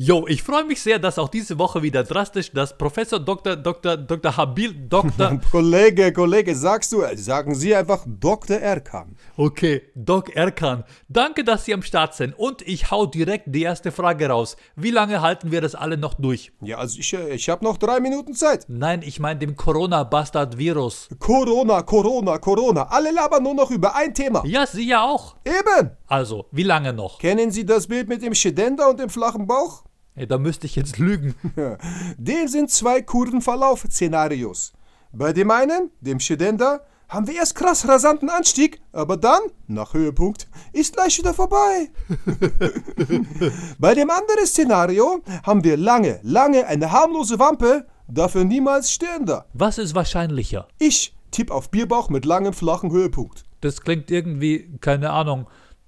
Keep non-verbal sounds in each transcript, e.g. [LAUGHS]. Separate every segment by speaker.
Speaker 1: Yo, ich freue mich sehr, dass auch diese Woche wieder drastisch das Professor Dr. Dr. Dr. Habil Dr.
Speaker 2: [LAUGHS] Kollege, Kollege, sagst du, äh, sagen Sie einfach Dr. Erkan.
Speaker 1: Okay, Doc Erkan. Danke, dass Sie am Start sind und ich hau direkt die erste Frage raus. Wie lange halten wir das alle noch durch?
Speaker 2: Ja, also ich, äh, ich habe noch drei Minuten Zeit.
Speaker 1: Nein, ich meine dem Corona-Bastard-Virus.
Speaker 2: Corona, Corona, Corona. Alle labern nur noch über ein Thema.
Speaker 1: Ja, Sie ja auch.
Speaker 2: Eben.
Speaker 1: Also, wie lange noch?
Speaker 2: Kennen Sie das Bild mit dem Schedender und dem flachen Bauch?
Speaker 1: Ey, da müsste ich jetzt lügen.
Speaker 2: [LAUGHS] Dem sind zwei Kurvenverlauf-Szenarios. Bei dem einen, dem Schedender, haben wir erst krass rasanten Anstieg, aber dann, nach Höhepunkt, ist gleich wieder vorbei. [LAUGHS] Bei dem anderen Szenario haben wir lange, lange eine harmlose Wampe, dafür niemals stehender.
Speaker 1: Was ist wahrscheinlicher?
Speaker 2: Ich tipp auf Bierbauch mit langem flachen Höhepunkt.
Speaker 1: Das klingt irgendwie, keine Ahnung,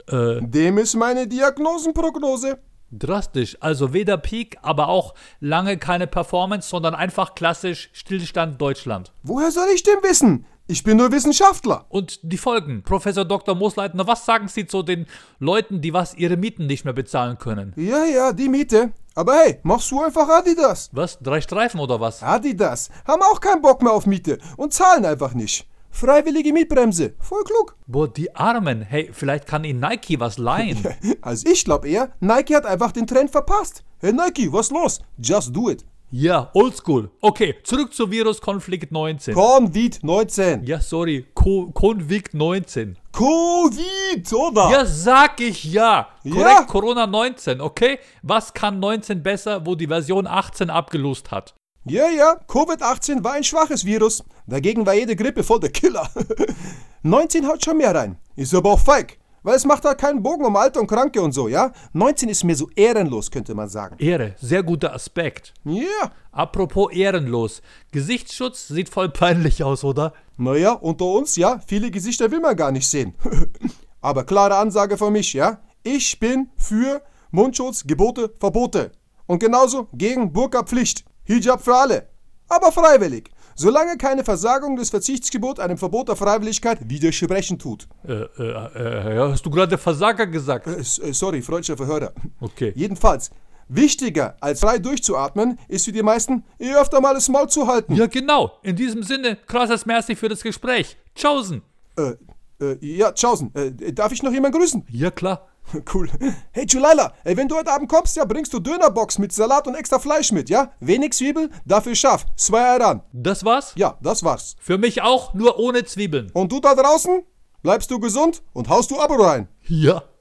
Speaker 1: äh,
Speaker 2: Dem ist meine Diagnosenprognose.
Speaker 1: drastisch. Also weder Peak, aber auch lange keine Performance, sondern einfach klassisch Stillstand Deutschland.
Speaker 2: Woher soll ich denn wissen? Ich bin nur Wissenschaftler.
Speaker 1: Und die Folgen. Professor Dr. Moosleitner, was sagen Sie zu den Leuten, die was ihre Mieten nicht mehr bezahlen können?
Speaker 2: Ja, ja, die Miete. Aber hey, machst du einfach Adidas.
Speaker 1: Was? Drei Streifen oder was?
Speaker 2: Adidas haben auch keinen Bock mehr auf Miete und zahlen einfach nicht. Freiwillige Mietbremse, voll klug.
Speaker 1: Boah, die Armen. Hey, vielleicht kann Ihnen Nike was leihen.
Speaker 2: Also ich glaube eher, Nike hat einfach den Trend verpasst. Hey Nike, was los? Just do it.
Speaker 1: Ja, oldschool. Okay, zurück zu Viruskonflikt 19.
Speaker 2: Covid-19.
Speaker 1: Ja, sorry, Co Konvikt 19.
Speaker 2: Covid, oder?
Speaker 1: Ja, sag ich ja. Korrekt,
Speaker 2: Ja.
Speaker 1: Corona 19, okay? Was kann 19 besser, wo die Version 18 abgelost hat?
Speaker 2: Ja, ja, Covid-18 war ein schwaches Virus. Dagegen war jede Grippe voll der Killer. [LAUGHS] 19 haut schon mehr rein. Ist aber auch feig. Weil es macht halt keinen Bogen um Alte und Kranke und so, ja? 19 ist mir so ehrenlos, könnte man sagen.
Speaker 1: Ehre, sehr guter Aspekt.
Speaker 2: Ja.
Speaker 1: Apropos ehrenlos. Gesichtsschutz sieht voll peinlich aus, oder?
Speaker 2: Naja, unter uns, ja, viele Gesichter will man gar nicht sehen. [LAUGHS] Aber klare Ansage von mich, ja? Ich bin für Mundschutz, Gebote, Verbote. Und genauso gegen Burka-Pflicht. Hijab für alle. Aber freiwillig. Solange keine Versagung des Verzichtsgebot einem Verbot der Freiwilligkeit widersprechen tut.
Speaker 1: Äh, äh, äh, ja, hast du gerade Versager gesagt?
Speaker 2: Äh, s- äh, sorry, freudscher Verhörer.
Speaker 1: Okay.
Speaker 2: Jedenfalls, wichtiger als frei durchzuatmen, ist für die meisten, ihr öfter mal das Maul zu halten.
Speaker 1: Ja, genau. In diesem Sinne, krasses Merci für das Gespräch. Tschaußen.
Speaker 2: Äh, äh, ja, Tschaußen. Äh, darf ich noch jemanden grüßen?
Speaker 1: Ja, klar.
Speaker 2: [LAUGHS] Cool. Hey Julila, ey, wenn du heute Abend kommst, ja, bringst du Dönerbox mit Salat und extra Fleisch mit, ja? Wenig Zwiebel, dafür scharf. Zwei Eiran.
Speaker 1: Das war's?
Speaker 2: Ja, das war's.
Speaker 1: Für mich auch, nur ohne Zwiebeln.
Speaker 2: Und du da draußen? Bleibst du gesund und haust du Abo rein.
Speaker 1: Ja.